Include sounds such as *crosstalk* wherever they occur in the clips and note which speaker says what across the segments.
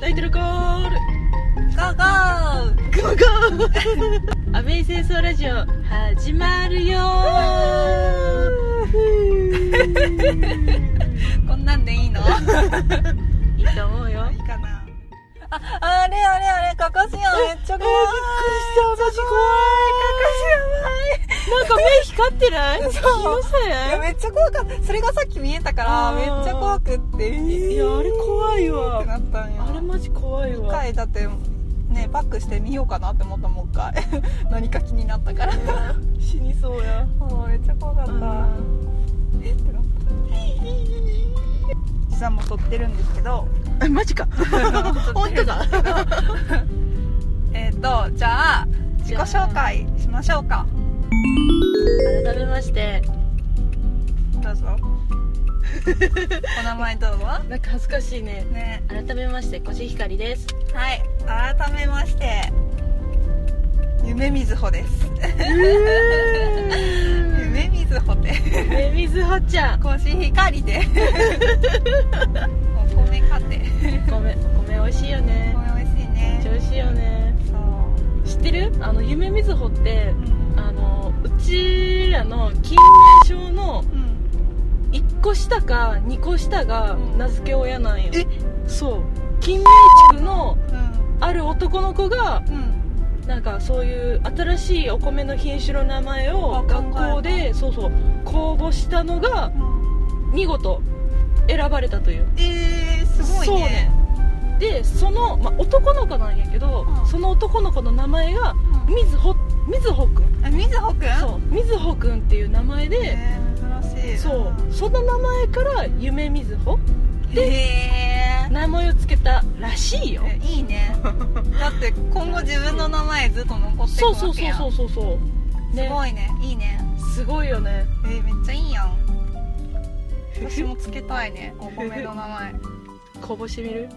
Speaker 1: 泣いてるコール
Speaker 2: ゴーゴー
Speaker 1: ゴーゴー *laughs* アメイ戦争ラジオ始まるよ
Speaker 2: こんなんでいいのい
Speaker 1: ーいいと思うよ
Speaker 2: いかなああれあれあれカカシアンめっちゃ怖い
Speaker 1: マジ怖いなんか目光ってない気
Speaker 2: そう
Speaker 1: のせ
Speaker 2: カカシアンいやめっちゃ怖かったそれがさっき見えたから
Speaker 1: あー
Speaker 2: めっちゃ怖くって
Speaker 1: いやあれ怖いわ
Speaker 2: ってなったんよ
Speaker 1: あれマジ怖い
Speaker 2: 一
Speaker 1: わ
Speaker 2: 回だってねバックしてみようかなって思ったもう一回 *laughs* 何か気になったから
Speaker 1: 死にそうや
Speaker 2: もうめっちゃ怖かったえってなった実はもう撮ってるんですけ *laughs* ど
Speaker 1: えマジか本当か
Speaker 2: えっ、ー、とじゃあ自己紹介しましょうか
Speaker 1: 改めまして
Speaker 2: どうぞ *laughs* お名前どうぞ
Speaker 1: なんか恥ずかしいね
Speaker 2: ね
Speaker 1: 改めましてコシヒカリです
Speaker 2: はい改めまして夢みずほです
Speaker 1: *laughs*
Speaker 2: 夢みずほで
Speaker 1: えみずほちゃん
Speaker 2: コシヒ
Speaker 1: *laughs*
Speaker 2: カリでお米家庭
Speaker 1: ごめんお米美味しいよね
Speaker 2: お米美味しい
Speaker 1: めっちゃ
Speaker 2: ね
Speaker 1: 美味しいよね
Speaker 2: そう、
Speaker 1: 知ってるあの夢みずほって
Speaker 2: うん
Speaker 1: あのうちらの金名症の
Speaker 2: うん、
Speaker 1: 1個下か2個下が
Speaker 2: うん
Speaker 1: 名付け親なんよ
Speaker 2: え
Speaker 1: そう金名地区のある男の子が
Speaker 2: うんうん
Speaker 1: なんかそういう新しいお米の品種の名前
Speaker 2: あ
Speaker 1: を
Speaker 2: 考え
Speaker 1: 学
Speaker 2: た
Speaker 1: 校でそうそう公募したのが見事選ばれたという
Speaker 2: えー、すごいね
Speaker 1: そうねでその、まあ、男の子なんやけど、
Speaker 2: うん
Speaker 1: その男の子の名前が
Speaker 2: うん
Speaker 1: みずほみずほくん
Speaker 2: あみずほくん
Speaker 1: そうみずほくんっていう名前で、
Speaker 2: えー、珍しい
Speaker 1: そうその名前から夢みずほ
Speaker 2: うんへー
Speaker 1: 名前を付けたらしいよ
Speaker 2: えいいねだって今後自分の名前ずっと残っていく
Speaker 1: そ
Speaker 2: わ
Speaker 1: うそう
Speaker 2: け
Speaker 1: そう
Speaker 2: やん
Speaker 1: そうそうそう
Speaker 2: すごいねいいね
Speaker 1: すごいよ *laughs* ね
Speaker 2: えーめっちゃいいやん私もつけたいねお米の名前 *laughs*
Speaker 1: こぼしてみる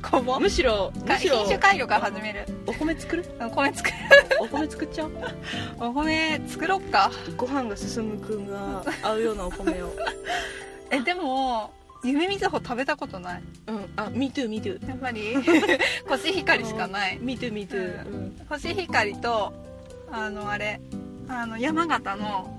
Speaker 2: こぼ
Speaker 1: むしろむしろ
Speaker 2: 品種改良から始める
Speaker 1: お米作 *laughs* る
Speaker 2: お米作る
Speaker 1: お米作っちゃう
Speaker 2: *laughs* お米作ろっか
Speaker 1: ご飯が進むくんが合うようなお米を
Speaker 2: えでも夢みずほ食べたことない
Speaker 1: うんあ MeTooMeToo
Speaker 2: やっぱ *laughs* りコシヒカリしかない
Speaker 1: MeTooMeToo うん
Speaker 2: コシヒカリとあのあれあの山形の、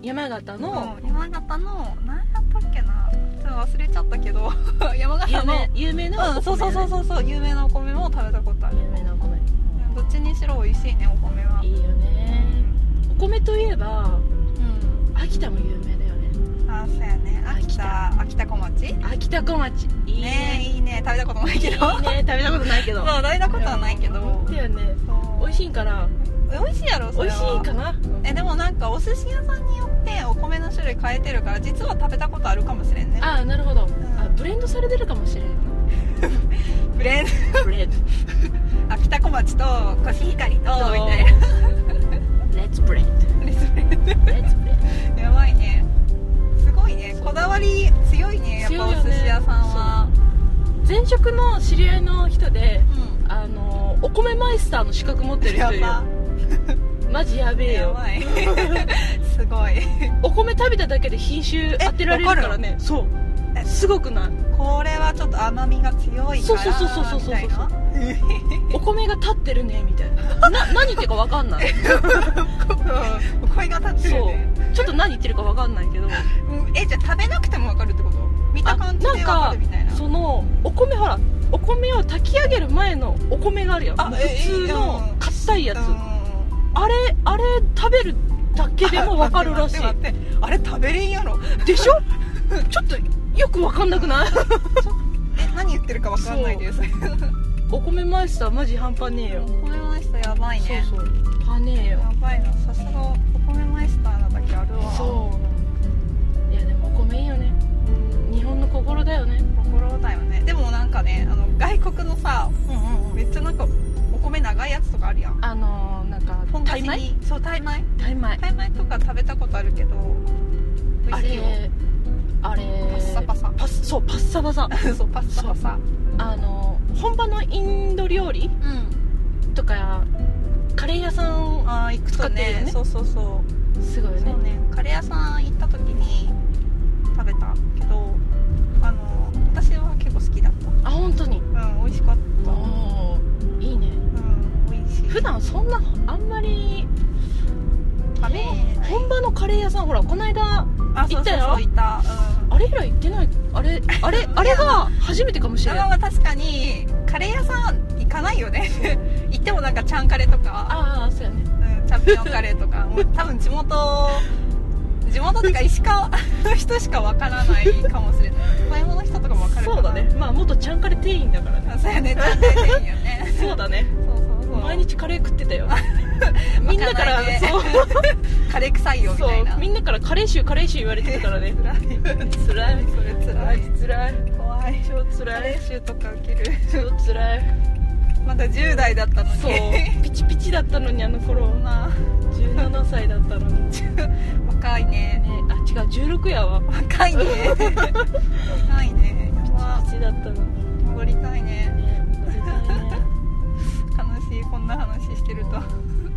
Speaker 1: 山形の
Speaker 2: うん山形の何やったっけなちょっと忘れちゃったけど *laughs* 山
Speaker 1: 有
Speaker 2: 形の
Speaker 1: 名有名なお米、
Speaker 2: うん、そうそうそう
Speaker 1: う
Speaker 2: そうそう有名なお米も食べたことある
Speaker 1: 有名なお米
Speaker 2: どっちにしろ美味しいねお米はい
Speaker 1: いよねお米といえば
Speaker 2: う
Speaker 1: 秋田も有名だよね
Speaker 2: んあそうやね秋田秋田小町ね
Speaker 1: 秋田小町いいね
Speaker 2: いいね食べたことないけ *laughs* ど
Speaker 1: いいね食べたことないけど
Speaker 2: そう食べたことはないけど
Speaker 1: 本当だよね美味し
Speaker 2: い
Speaker 1: いんから
Speaker 2: 美味しいやろそ
Speaker 1: 美
Speaker 2: れ
Speaker 1: 味し
Speaker 2: はい
Speaker 1: かな
Speaker 2: えでもなんかお寿司屋さんによってお米の種類変えてるから実は食べたことあるかもしれんね
Speaker 1: ああなるほどあ
Speaker 2: ん
Speaker 1: ブレンドされてるかもしれんよ
Speaker 2: ブレン
Speaker 1: なブレンド
Speaker 2: *laughs* 秋田小町とコシヒカリとみたい
Speaker 1: Let's bread
Speaker 2: なですね
Speaker 1: Let's bread
Speaker 2: *laughs* やばいねすごいねこだわり強いねやっぱお寿司屋さんは、
Speaker 1: 前職の知り合いの人で
Speaker 2: う
Speaker 1: あのお米マイスターの資格持って
Speaker 2: ん
Speaker 1: る人いるよマジやべえ
Speaker 2: や
Speaker 1: よ
Speaker 2: ばい *laughs* すごい
Speaker 1: お米食べただけで品種当てられるからねそう
Speaker 2: え
Speaker 1: すごくない
Speaker 2: これはちょっと甘みが強い
Speaker 1: そう
Speaker 2: か
Speaker 1: そう
Speaker 2: ら
Speaker 1: そうそうそうそう
Speaker 2: みたいな
Speaker 1: お米が立ってるねみたい
Speaker 2: *laughs*
Speaker 1: なな何言ってるか分かんないう
Speaker 2: お声が
Speaker 1: ん
Speaker 2: 立ってる
Speaker 1: そ
Speaker 2: ね
Speaker 1: うちょっと何言ってるか分かんないけ
Speaker 2: *laughs*
Speaker 1: ど
Speaker 2: うんえじゃあ食べなくてもわかるってこと見た感じで
Speaker 1: あ
Speaker 2: わ
Speaker 1: なん
Speaker 2: か
Speaker 1: か
Speaker 2: るみたいな
Speaker 1: そのお米ほらお米を炊き上げる前のお米があるよ
Speaker 2: あ
Speaker 1: もう
Speaker 2: ええ
Speaker 1: 普通
Speaker 2: う
Speaker 1: の
Speaker 2: ん
Speaker 1: 硬いやつ
Speaker 2: うん
Speaker 1: あれあれ食べるだけでも分かるらし
Speaker 2: *laughs* 待っ
Speaker 1: い
Speaker 2: て待ってあれ食べれんやろ
Speaker 1: でしょちょっとよく分かんなくない *laughs*
Speaker 2: え何言ってるかわかんないです
Speaker 1: お米マイスターマジ半端ねえよ
Speaker 2: お米マイスターやばいね
Speaker 1: そうそうパネーよ
Speaker 2: やばいなさすがお米マイスターなだけあるわ
Speaker 1: ういやでもお米いいよね日本の心だよね
Speaker 2: 心だよねでもなんかねあの外国のさめっちゃなんかお米長いやつとかあるやん
Speaker 1: あのー、なんか
Speaker 2: ポン
Speaker 1: タ
Speaker 2: 菓
Speaker 1: イ
Speaker 2: 子
Speaker 1: 米
Speaker 2: にそうタイ米
Speaker 1: タイ米
Speaker 2: タイ米とか食べたことあるけど美
Speaker 1: あ
Speaker 2: 味しいよ
Speaker 1: れあれ
Speaker 2: パッサパサ *laughs*
Speaker 1: パスそうパッサパサ
Speaker 2: そうパスタパサ
Speaker 1: あのー本場のインド料理
Speaker 2: うん
Speaker 1: とかカレー屋さん
Speaker 2: ああ行くと
Speaker 1: 使ってるよ
Speaker 2: ね
Speaker 1: ね
Speaker 2: そうそうそう
Speaker 1: すごいよ
Speaker 2: そう
Speaker 1: ね
Speaker 2: ねカレー屋さん行った時に食べたけどあの私は結構好きだった
Speaker 1: あ本当に
Speaker 2: うん美味しか
Speaker 1: カレー屋さんほらこの間
Speaker 2: あそうそうそう
Speaker 1: 行
Speaker 2: いた、うん
Speaker 1: あれ以来行ってないあれあれあれが初めてかもしれ
Speaker 2: あ
Speaker 1: ない
Speaker 2: *laughs* まあ確かにカレー屋さん行かないよね *laughs* 行ってもなんかちゃんカレーとか、
Speaker 1: ああそうやね
Speaker 2: うん、チャンピオンカレーとかもう多分地元地元っていうか石川 *laughs* の人しかわからないかもしれない小山の人とかもわかるかな
Speaker 1: そうだねまあ元ちゃんカレー店員だからね
Speaker 2: あそうやねちゃんカレーいいよね
Speaker 1: *laughs* そうだね
Speaker 2: そうそうそう
Speaker 1: 毎日カレー食って
Speaker 2: *laughs*
Speaker 1: たよみんなから
Speaker 2: まかないで
Speaker 1: そう
Speaker 2: カレー臭いよみ
Speaker 1: そ
Speaker 2: たいうな
Speaker 1: みんなからカレー臭カレー臭言われてたからねつらい
Speaker 2: それ
Speaker 1: つ
Speaker 2: 辛
Speaker 1: らい
Speaker 2: い
Speaker 1: つらい
Speaker 2: 怖い
Speaker 1: 超つ
Speaker 2: カ
Speaker 1: ら
Speaker 2: レ
Speaker 1: い
Speaker 2: ー臭とか受ける
Speaker 1: 超つらい
Speaker 2: まだ10代だったのに
Speaker 1: そうピチピチだったのにあの頃
Speaker 2: そんな
Speaker 1: 17歳だったのにね
Speaker 2: *laughs* 若いね
Speaker 1: あ違う16やわピ *laughs*
Speaker 2: 若いね若いねやば
Speaker 1: チピチだったのに
Speaker 2: 戻りたいね
Speaker 1: ね戻りたいね
Speaker 2: 悲しいこんな話してると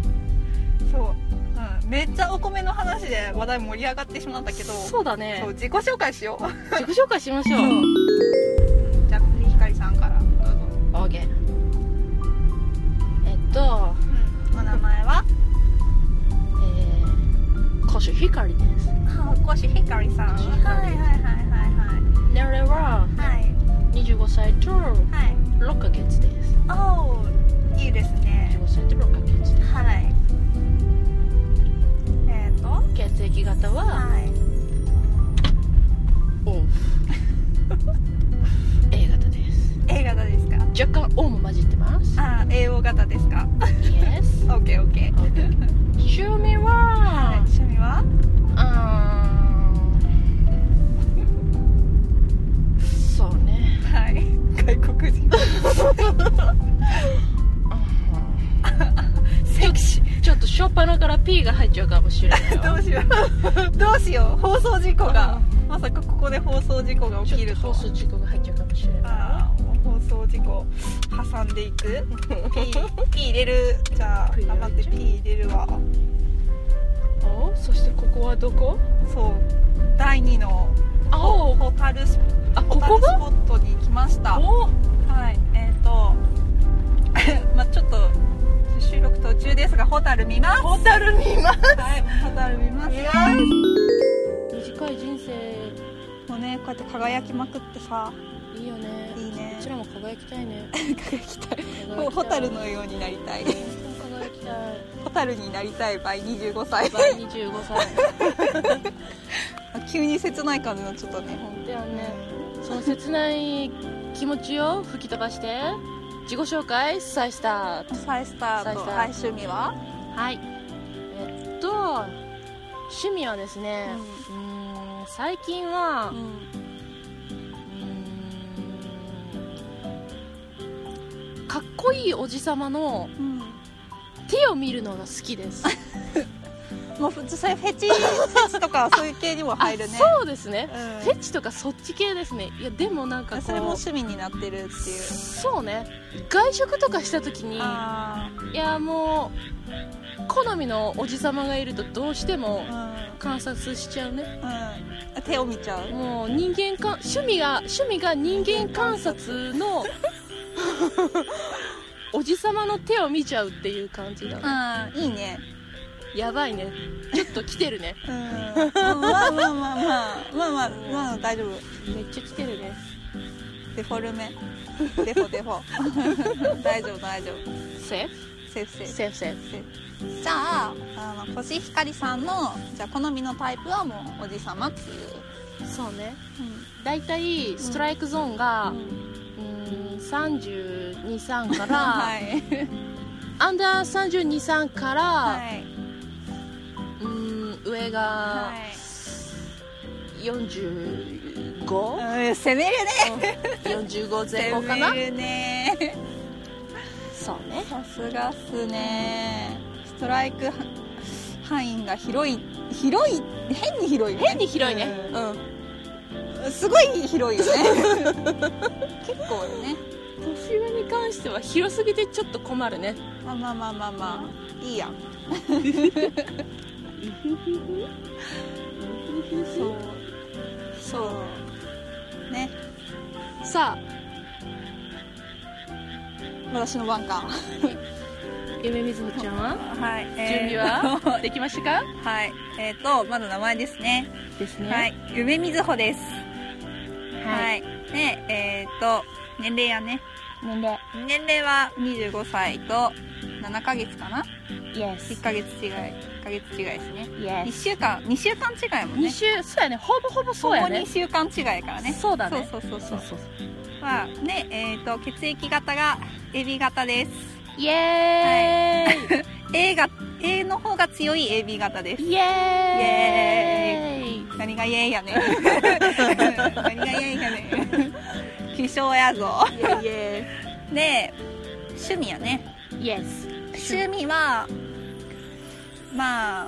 Speaker 2: *laughs* そう、うん、めっちゃお米の話で話題盛り上がってしまったけど
Speaker 1: そうだね
Speaker 2: そう自己紹介しよう
Speaker 1: 自己紹介しましょう
Speaker 2: じゃあひかりさんからどうぞ、
Speaker 1: OK えっと
Speaker 2: うん、お名前は
Speaker 1: えー歌手ひかりです
Speaker 2: あおこしひかりさん
Speaker 1: はい
Speaker 2: はいはいはい
Speaker 1: 年齢は
Speaker 2: はいはいはい
Speaker 1: 25歳と
Speaker 2: はい
Speaker 1: 6ヶ月です
Speaker 2: おーいいですね
Speaker 1: 25歳と6ヶ月で
Speaker 2: はいえっ、ー、とは
Speaker 1: す血液型はい O A 型です
Speaker 2: A 型ですか
Speaker 1: 若干 O も混じってます
Speaker 2: あー AO 型ですか *laughs*
Speaker 1: Yes
Speaker 2: OKOK *laughs*
Speaker 1: 趣味
Speaker 2: はい
Speaker 1: は
Speaker 2: 趣味は
Speaker 1: うーんそうね
Speaker 2: はい外国人セクシー
Speaker 1: ちょっと初っ端から P が入っちゃうかもしれない
Speaker 2: ど
Speaker 1: わ
Speaker 2: うしようどうしよう放送事故がまさかここで放送事故が
Speaker 1: ち
Speaker 2: 起
Speaker 1: ょ
Speaker 2: き
Speaker 1: っ
Speaker 2: る
Speaker 1: と
Speaker 2: と
Speaker 1: 放送事故が入っちゃうかもしれないわ
Speaker 2: あー放送事故挟んで *laughs* いく P, P 入れるじゃあ
Speaker 1: P 入れ
Speaker 2: 頑
Speaker 1: る
Speaker 2: 張って P 入れるわ
Speaker 1: おそしてここはどこ
Speaker 2: そう第2の
Speaker 1: 青
Speaker 2: ホタルス
Speaker 1: あ
Speaker 2: ホ
Speaker 1: こ
Speaker 2: タル
Speaker 1: こ
Speaker 2: スポ
Speaker 1: が
Speaker 2: ットに来ました
Speaker 1: お
Speaker 2: はいえっ、ー、と *laughs* まあちょっと収録途中ですがホタル見ます
Speaker 1: ホタル見ます
Speaker 2: はいホタル見ます
Speaker 1: 短い人生
Speaker 2: もうねこうやって輝きまくってさ
Speaker 1: いいよね
Speaker 2: いいね
Speaker 1: こちらも輝きたい *laughs* ね
Speaker 2: 輝きた
Speaker 1: 輝
Speaker 2: い
Speaker 1: きたい
Speaker 2: ホタルのようになりたい
Speaker 1: 輝きたい
Speaker 2: ホタルになりたい by 25歳
Speaker 1: バイ25歳
Speaker 2: 急に切ない感じのちょっとね
Speaker 1: 本当やねその切ない気持ちを吹き飛ばして自己紹介再スタート
Speaker 2: 再スター
Speaker 1: 再ス
Speaker 2: ト
Speaker 1: タート
Speaker 2: はい趣味は
Speaker 1: はいえっと趣味はですねうーん最近は
Speaker 2: うん
Speaker 1: うーんかっこいいおじさまの
Speaker 2: うん
Speaker 1: 手を見るのが好き
Speaker 2: *laughs*
Speaker 1: です
Speaker 2: もう普通それフェチフェチとかそういう系にも入るね
Speaker 1: あそうですね、
Speaker 2: うん
Speaker 1: フェチとかそっち系ですねいやでもなんかこう
Speaker 2: それも趣味になってるっていう
Speaker 1: そうね外食とかした時に
Speaker 2: あ
Speaker 1: いやもう好みのおじさまがいるとどうしても
Speaker 2: あ
Speaker 1: 観察しちゃうね
Speaker 2: うんうん手を見ちゃう
Speaker 1: もう人間か趣味が趣味が人間観察
Speaker 2: *laughs*
Speaker 1: のおじさまの手を見ちゃうっていう感じだね
Speaker 2: うんいいね
Speaker 1: やばいねちょっと来てるね
Speaker 2: うんまあまあまあまあまあまあまあ大丈夫
Speaker 1: めっちゃ来てるね
Speaker 2: デフォルメデフォデフォ *laughs* 大丈夫大丈夫
Speaker 1: セーフ
Speaker 2: セーフセ
Speaker 1: セー
Speaker 2: ーフ
Speaker 1: フセーフ
Speaker 2: じゃああの星ひかりさんのじゃあ好みのタイプはもうおじさまっていう、
Speaker 1: そうね大体ストライクゾーンが、うーん323から、
Speaker 2: *laughs* はい
Speaker 1: アンダー323から、
Speaker 2: はい、
Speaker 1: うーん上が
Speaker 2: はい
Speaker 1: 4545
Speaker 2: うん、攻めるね
Speaker 1: 前後かな
Speaker 2: 攻めるね
Speaker 1: そうね
Speaker 2: さすがっすねストライクは範囲が広い広い変に広いよね
Speaker 1: 変に広いね
Speaker 2: うん、うん、すごい広いよ *laughs* ね結構よね
Speaker 1: 年上に関しては広すぎてちょっと困るね
Speaker 2: まあまあまあまあまあいいやそうそうね
Speaker 1: さ
Speaker 2: 私の番か
Speaker 1: 夢みずほちゃんは
Speaker 2: はい、
Speaker 1: 準
Speaker 2: えー
Speaker 1: 備
Speaker 2: *laughs*
Speaker 1: はできましたか
Speaker 2: はいえっ、とまず名前ですね
Speaker 1: ですね
Speaker 2: はい夢みずほですはいい、ねえっ、と年齢やね
Speaker 1: 年齢
Speaker 2: 年齢は25歳と7ヶ月かな
Speaker 1: Yes
Speaker 2: 1ヶ月違い1ヶ月違いですね
Speaker 1: Yes
Speaker 2: 1週間2週間違いも
Speaker 1: 二
Speaker 2: ね
Speaker 1: 週そうやねほぼほぼそうや
Speaker 2: ほぼ
Speaker 1: ね
Speaker 2: 2週間違いからね
Speaker 1: そうだね
Speaker 2: そうそうそうそう
Speaker 1: そう
Speaker 2: まあねえっ、と血液型が AB 型です
Speaker 1: イエー
Speaker 2: A が A の方が強い AB 型です
Speaker 1: イイエーイ
Speaker 2: 何がイエイやねん何がイエイやねん気象やぞ
Speaker 1: イエーイイエ
Speaker 2: で趣味やね
Speaker 1: ーイ Yes
Speaker 2: 趣味はまあ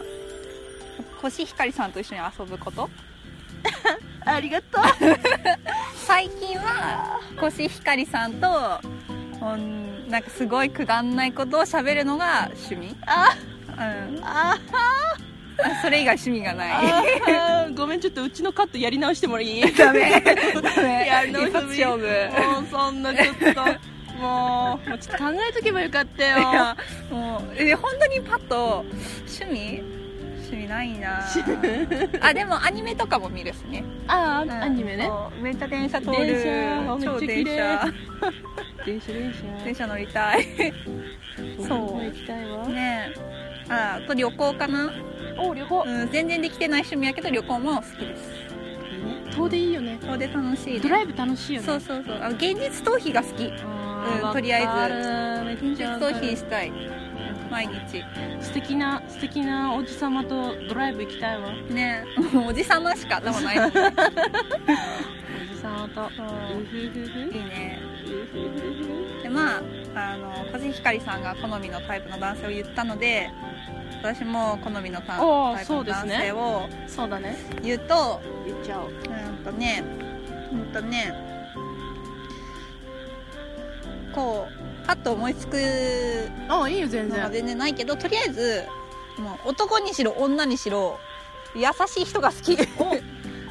Speaker 2: コシヒカリさんと一緒に遊ぶ *laughs* こと
Speaker 1: ありがとう
Speaker 2: *laughs* 最近はコシヒカリさんとうんなんかすごいくだんないことを喋るのが趣味
Speaker 1: あ
Speaker 2: うん
Speaker 1: あ
Speaker 2: それ以外趣味がない
Speaker 1: あーごめんちょっとうちのカットやり直してもいい
Speaker 2: ダ *laughs* メダメ
Speaker 1: やり直
Speaker 2: 一
Speaker 1: して
Speaker 2: 発
Speaker 1: もいい
Speaker 2: 勝負
Speaker 1: もうそんなちょっともうもうちょっと考えとけばよかったよ
Speaker 2: いやもうえ本当にパッと趣味趣味ないなあでもアニメとかも見るしね、
Speaker 1: ああ、
Speaker 2: うん
Speaker 1: アニメね
Speaker 2: そうめっちゃ電車通る
Speaker 1: 電車めっち
Speaker 2: 超
Speaker 1: ゃ
Speaker 2: 電
Speaker 1: 綺麗
Speaker 2: 車
Speaker 1: 電車電車
Speaker 2: 電車乗りたいそう
Speaker 1: も行きたいわ
Speaker 2: ねえああと旅行かな、
Speaker 1: お旅行
Speaker 2: うん、全然できてない趣味やけど旅行も好きです
Speaker 1: 遠出いいよね
Speaker 2: ここで楽しい
Speaker 1: ド
Speaker 2: ね、
Speaker 1: ライブ楽しいよね
Speaker 2: そうそうそうあ現実逃避が好きうんとりあえず
Speaker 1: えず
Speaker 2: 現実逃避したい毎日
Speaker 1: 素敵な素敵なおじさまとドライブ行きたいわ
Speaker 2: ねえもうおじさましか
Speaker 1: *laughs*
Speaker 2: 頭ないもん
Speaker 1: おじさまと
Speaker 2: そういいねでまああのコシヒカリさんが好みのタイプの男性を言ったので私も好みのタ
Speaker 1: おー
Speaker 2: タイプ
Speaker 1: そ
Speaker 2: の
Speaker 1: うです
Speaker 2: 男
Speaker 1: ね
Speaker 2: 性を
Speaker 1: そうだね
Speaker 2: 言うと
Speaker 1: 言っちゃおう
Speaker 2: う,、んとねうんとねこうパッと思いつく
Speaker 1: あいいよ全
Speaker 2: のが
Speaker 1: 然
Speaker 2: 全然ないけどとりあえずもう男にしろ女にしろ優しい人が好き *laughs* こ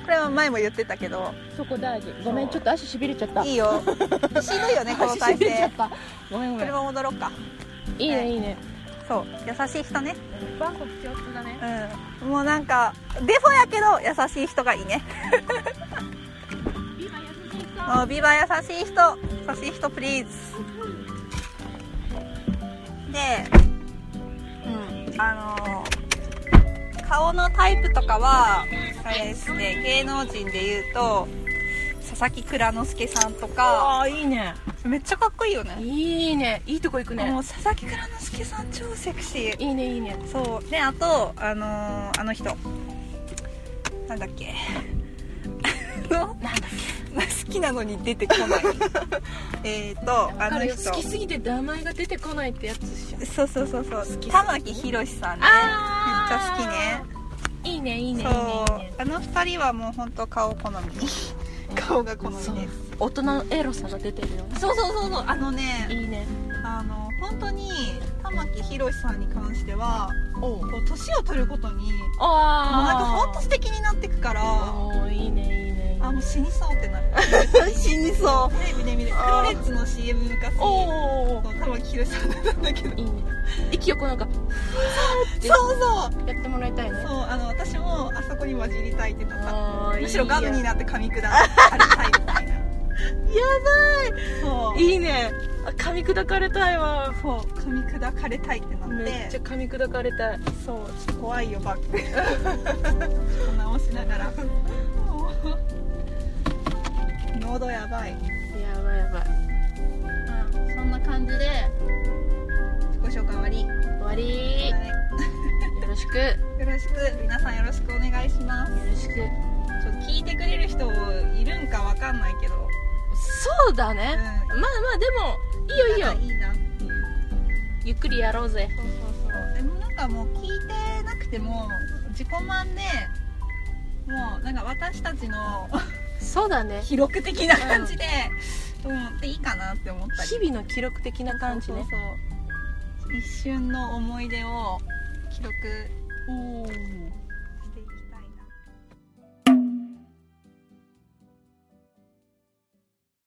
Speaker 2: れは前も言ってたけど
Speaker 1: そこ大事ごめんちょっと足しびれちゃった
Speaker 2: いいよしんど
Speaker 1: *laughs*
Speaker 2: いよねこの
Speaker 1: 足
Speaker 2: 体
Speaker 1: しびれちゃっ
Speaker 2: 勢
Speaker 1: たごめんご
Speaker 2: こ
Speaker 1: め
Speaker 2: れ
Speaker 1: ん
Speaker 2: は戻ろうか
Speaker 1: いいねいいね
Speaker 2: そう優しい人ね
Speaker 1: バンコク共通だね
Speaker 2: うん、もうなんかデフォやけど優しい人がいいね
Speaker 1: ビバ優しい
Speaker 2: もうビバ優しい人優しい人プリーズで、うん、あのー顔のタイプとかはあれですね芸能人で言うと佐々木蔵之介さんとか
Speaker 1: ああいいね
Speaker 2: めっちゃかっこいいよね
Speaker 1: いいねいいとこ行くね
Speaker 2: もう佐々木蔵之介さん超セクシー
Speaker 1: いいねいいね
Speaker 2: そうであとあのーあの人なんだっけあの
Speaker 1: なんだっ
Speaker 2: 好きなのに出てこない *laughs* えっとあの人
Speaker 1: 好きすぎて名前が出てこないってやつじゃん
Speaker 2: そうそうそうそう
Speaker 1: 好き
Speaker 2: 玉木宏さんねめっちゃ好きね
Speaker 1: きねいいねいいねいいね
Speaker 2: そう
Speaker 1: いいね
Speaker 2: あの二人はもう本当顔好み *laughs* 顔が好みです
Speaker 1: そう大人のエロさが出てるよね
Speaker 2: そうそうそうそうあのね
Speaker 1: いいね
Speaker 2: あの本当に玉木宏さんに関しては
Speaker 1: おう
Speaker 2: こう年を取ることにも
Speaker 1: あ
Speaker 2: う
Speaker 1: あ
Speaker 2: なんか本当素敵になってくから
Speaker 1: おーいいねいいね
Speaker 2: あもう死にそうってなる *laughs*
Speaker 1: 死にそ
Speaker 2: テレビで見るプロレッツの CM 昔
Speaker 1: うおお
Speaker 2: そう玉木宏さんだったんだけど
Speaker 1: いいね息をこうなんかで
Speaker 2: そうそう
Speaker 1: やってもらいたいね
Speaker 2: そうあの私もあそこに混じりたいって言ったさ
Speaker 1: あー
Speaker 2: むしろガムに
Speaker 1: い
Speaker 2: なって噛み砕かれたいみたいな *laughs* やばいそう
Speaker 1: いやいいねあ噛み砕かれたいわ
Speaker 2: そう噛み砕かれたいってなって
Speaker 1: めっちゃ噛み砕かれたい
Speaker 2: そうちょっと怖いよバッグちょっと直しな *laughs* がらもう喉やばい、
Speaker 1: やばいやばい
Speaker 2: そんな感じでご紹介終わり、
Speaker 1: 終わり
Speaker 2: はい
Speaker 1: よろしくよ
Speaker 2: よろしく皆さんよろしくお願いします
Speaker 1: ろしく
Speaker 2: ちょっと聞いてくれる人いるんかわかんないけど、
Speaker 1: そうだ
Speaker 2: う
Speaker 1: ねまあ
Speaker 2: ん、
Speaker 1: まあでもいいよいいよ
Speaker 2: なんかいいなっていう
Speaker 1: ゆっくりやろうぜ
Speaker 2: そうそうそうでもなんかもう聞いてなくても自己満でもうなんか私たちの *laughs*
Speaker 1: そうだね
Speaker 2: 記録的な感じで、うん、でいいかなって思ったり
Speaker 1: 日々の記録的な感じね
Speaker 2: そうそうそう一瞬の思い出を記録
Speaker 1: おー